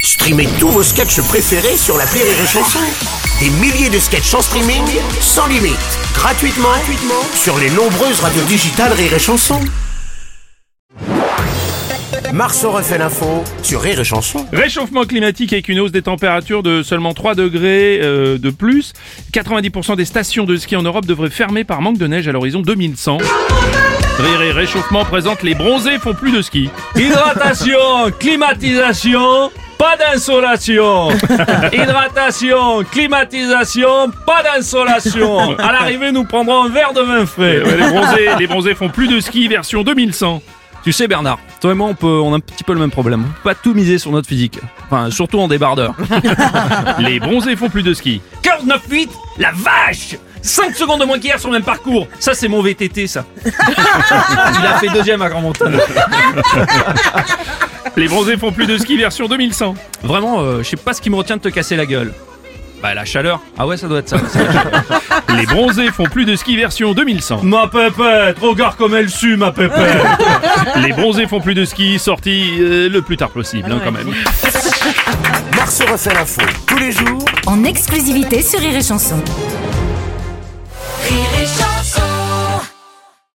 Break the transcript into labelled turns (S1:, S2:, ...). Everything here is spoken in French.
S1: Streamez tous vos sketchs préférés sur la Rire et Chanson. Des milliers de sketchs en streaming, sans limite, gratuitement, gratuitement sur les nombreuses radios digitales Rire et Chanson. Marceau refait l'info sur Rire et Chanson.
S2: Réchauffement climatique avec une hausse des températures de seulement 3 degrés euh, de plus. 90% des stations de ski en Europe devraient fermer par manque de neige à l'horizon 2100. Rire et réchauffement présente les bronzés font plus de ski.
S3: Hydratation, climatisation, pas d'insolation. Hydratation, climatisation, pas d'insolation. À l'arrivée, nous prendrons un verre de vin frais.
S2: Euh, ouais, les, bronzés, les bronzés font plus de ski version 2100.
S3: Tu sais Bernard, toi et moi on peut on a un petit peu le même problème. On peut pas tout miser sur notre physique. Enfin, surtout en débardeur.
S2: Les bronzés font plus de ski.
S3: 49-8, la vache 5 secondes de moins qu'hier sur le même parcours. Ça c'est mon VTT ça. Il a fait deuxième à Grand Montagne.
S2: Les bronzés font plus de ski version 2100.
S3: Vraiment, euh, je sais pas ce qui me retient de te casser la gueule. Bah la chaleur. Ah ouais, ça doit être ça.
S2: Les bronzés font plus de ski version 2100.
S3: ma pépette, regarde comme elle sue ma pépette.
S2: Les bronzés font plus de ski sorti euh, le plus tard possible hein,
S3: Ah
S2: quand même.
S1: Marceau refait l'info tous les jours
S4: en exclusivité sur Rire et Chanson.